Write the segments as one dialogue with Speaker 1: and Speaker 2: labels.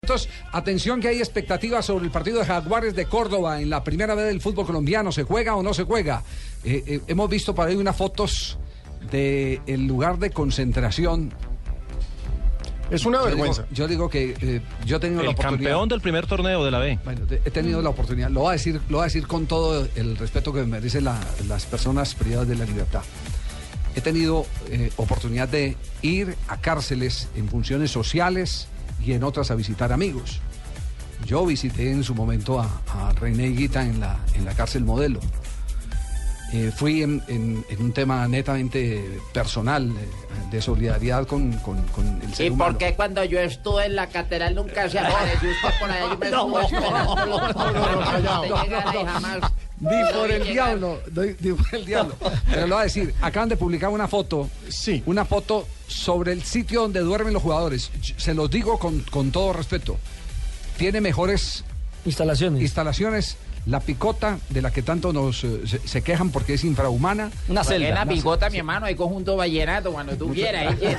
Speaker 1: Entonces, atención que hay expectativas sobre el partido de Jaguares de Córdoba en la primera vez del fútbol colombiano. ¿Se juega o no se juega? Eh, eh, hemos visto por ahí unas fotos del el lugar de concentración.
Speaker 2: Es una
Speaker 1: Yo digo-
Speaker 2: vergüenza.
Speaker 1: Yo digo, que eh, yo he tenido la
Speaker 3: El
Speaker 1: oportunidad.
Speaker 3: campeón del primer torneo de la B.
Speaker 1: Bueno, te- he tenido la oportunidad, lo voy a decir, lo voy a decir con todo el respeto que merecen la- las personas privadas de la libertad. He tenido eh, oportunidad de ir a cárceles en funciones sociales y en otras a visitar amigos. Yo visité en su momento a, a René Higuita en la, en la cárcel modelo. Eh, fui en, en- en un tema netamente personal, eh, de solidaridad con, con- con el ser
Speaker 4: ¿Y
Speaker 1: humano.
Speaker 4: por qué cuando yo estuve en la catedral nunca se apareció usted por ahí? Yo me estuve esperando los
Speaker 2: no, no,
Speaker 4: usted llegara y jamás.
Speaker 1: Ni por
Speaker 4: lo
Speaker 1: el
Speaker 4: vi llegar.
Speaker 1: diablo, doy- ni por el diablo. Pero lo voy a decir, acaban de publicar una foto,
Speaker 2: Sí.
Speaker 1: una foto sobre el sitio donde duermen los jugadores. Se los digo con, con todo respeto. Tiene mejores
Speaker 5: Instalaciones.
Speaker 1: instalaciones la picota de la que tanto nos eh, se, se quejan porque es infrahumana.
Speaker 5: Una
Speaker 4: Porque en
Speaker 5: celda.
Speaker 4: la picota, mi hermano, hay conjunto vallenato cuando tú quieras. ahí quieres.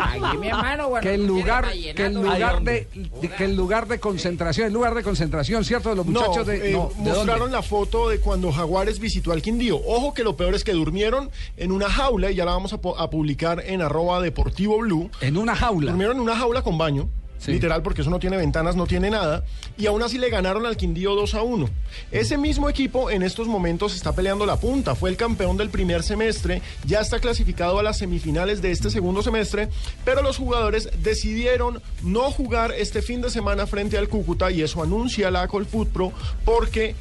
Speaker 4: Aquí, mi hermano, cuando
Speaker 1: Que el
Speaker 4: tú
Speaker 1: lugar,
Speaker 4: quieres
Speaker 1: que el
Speaker 4: vallenato,
Speaker 1: lugar de, de- que el lugar de concentración, el lugar de concentración, ¿cierto? De los
Speaker 2: No,
Speaker 1: muchachos de,
Speaker 2: eh,
Speaker 1: no, ¿de dónde?
Speaker 2: mostraron la foto de cuando Jaguares visitó al Quindío. Ojo que lo peor es que durmieron en una jaula y ya la vamos a, po- a publicar en arroba deportivo blue.
Speaker 1: en una jaula.
Speaker 2: Durmieron en una jaula con baño.
Speaker 1: Sí.
Speaker 2: Literal, porque eso no tiene ventanas, no tiene nada. Y aún así le ganaron al Quindío 2 a 1. Ese mismo equipo en estos momentos está peleando la punta. Fue el campeón del primer semestre, ya está clasificado a las semifinales de este segundo semestre. Pero los jugadores decidieron no jugar este fin de semana frente al Cúcuta y eso anuncia la Colfutpro porque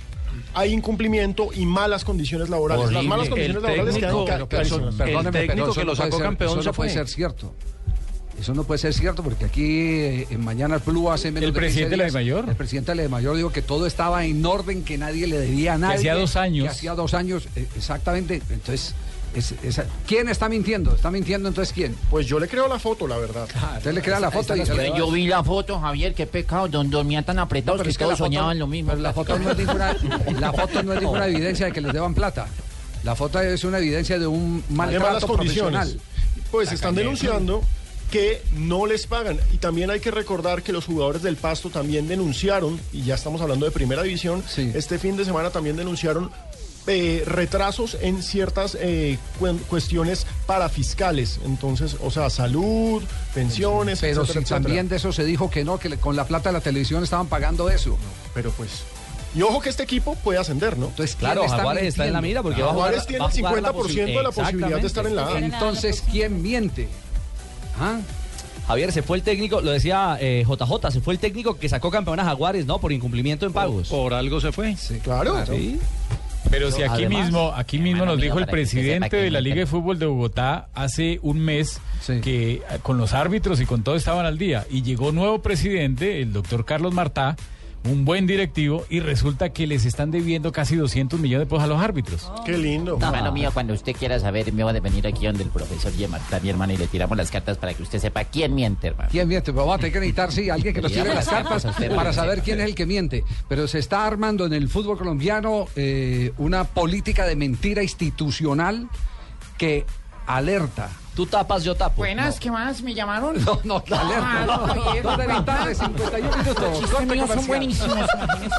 Speaker 2: hay incumplimiento y malas condiciones laborales. Las
Speaker 3: Horrible.
Speaker 2: malas condiciones
Speaker 3: El
Speaker 2: laborales
Speaker 1: Pero,
Speaker 2: quedan
Speaker 3: técnico-
Speaker 2: ca-
Speaker 1: pero eso-
Speaker 2: carísimas.
Speaker 1: perdóneme,
Speaker 3: El
Speaker 1: pero
Speaker 3: técnico
Speaker 1: eso
Speaker 3: que
Speaker 1: no
Speaker 3: lo
Speaker 1: puede
Speaker 3: sacó
Speaker 1: ser-
Speaker 3: campeón
Speaker 1: Eso
Speaker 3: se
Speaker 1: no puede
Speaker 3: fue.
Speaker 1: ser cierto. Eso no puede ser cierto porque aquí eh, en Mañana Plus hace menos
Speaker 6: ¿El
Speaker 1: de 15
Speaker 6: presidente de la
Speaker 1: días,
Speaker 6: Mayor?
Speaker 1: El presidente de la de Mayor dijo que todo estaba en orden, que nadie le debía a nadie.
Speaker 6: hacía dos años.
Speaker 1: que hacía dos años, eh, exactamente. Entonces, es- es- ¿quién está mintiendo? ¿Está mintiendo entonces quién?
Speaker 2: Pues yo le creo la foto, la verdad.
Speaker 1: Usted le crea la foto y dice,
Speaker 4: Pero yo vi la foto, Javier, qué pecado, don- dormían tan
Speaker 1: No,
Speaker 4: apretados
Speaker 1: pero
Speaker 4: que
Speaker 1: es que
Speaker 4: todos
Speaker 1: la foto-
Speaker 4: soñaban lo mismo.
Speaker 1: pero la foto no es ninguna, la foto no es ninguna evidencia de que les deban plata. La foto es una evidencia de un
Speaker 2: de malas
Speaker 1: maltrato
Speaker 2: condiciones.
Speaker 1: profesional.
Speaker 2: Pues están denunciando que no les pagan. Y también hay que recordar que los jugadores del Pasto también denunciaron, y ya estamos hablando de primera división,
Speaker 1: Sí.
Speaker 2: este fin de semana también denunciaron eh, retrasos en ciertas eh, cuen- cuestiones parafiscales. Entonces, o sea, salud, pensiones,
Speaker 1: Pero si
Speaker 2: etcétera, etcétera.
Speaker 1: también de eso se dijo que no, que le- con la plata de la televisión estaban pagando eso.
Speaker 2: Pero pues... Y ojo que este equipo puede ascender, ¿no?
Speaker 1: Entonces, ¿quién
Speaker 5: Claro,
Speaker 1: está
Speaker 5: Jaguares está en la
Speaker 1: mintiendo?
Speaker 5: mira porque va a jugar,
Speaker 2: Juárez tiene
Speaker 5: va a
Speaker 2: el
Speaker 5: jugar
Speaker 2: 50%
Speaker 5: la posi-
Speaker 2: de la posibilidad de estar en la A.
Speaker 1: Entonces, ¿quién miente? ¿Ah?
Speaker 5: Javier, se fue el técnico, lo decía eh, JJ, se fue el técnico que sacó campeón a Jaguares, ¿no? Por incumplimiento en pagos.
Speaker 3: Por algo se fue.
Speaker 2: Claro.
Speaker 5: Sí.
Speaker 6: Pero si aquí
Speaker 5: Además,
Speaker 6: mismo, aquí mismo
Speaker 4: hermano
Speaker 6: nos
Speaker 4: mío,
Speaker 6: dijo el
Speaker 4: para que usted sepa
Speaker 6: presidente
Speaker 4: que
Speaker 6: de la
Speaker 4: no
Speaker 6: Liga de
Speaker 4: tengo-
Speaker 6: Fútbol de Bogotá hace un mes
Speaker 1: Sí.
Speaker 6: que eh, con los árbitros y con todo estaban al día y llegó nuevo presidente, el doctor Carlos Martá, un buen directivo y resulta que les están debiendo casi 200 millones de pesos a los árbitros.
Speaker 2: Qué lindo.
Speaker 4: Hermano mío, cuando usted quiera saber, me va a venir aquí donde el profesor Yemartá, mi hermano, y le tiramos las cartas para que usted sepa quién miente, hermano.
Speaker 1: ¿Quién miente? Pues vamos a tener que necesitar, sí, alguien que nos tire las cartas para saber quién es el que miente. Pero se está armando en el fútbol colombiano eh, una política de mentira institucional que alerta.
Speaker 5: Tú tapas, yo tapo.
Speaker 4: Buenas, ¿qué más? ¿Me llamaron?
Speaker 1: No, no, que alerta.
Speaker 4: Ah, no, Javier.
Speaker 1: Dos de la tarde, 51 minutos.
Speaker 4: Los
Speaker 1: Corte
Speaker 4: chistes míos son
Speaker 1: comercial.
Speaker 4: buenísimos, imagínese.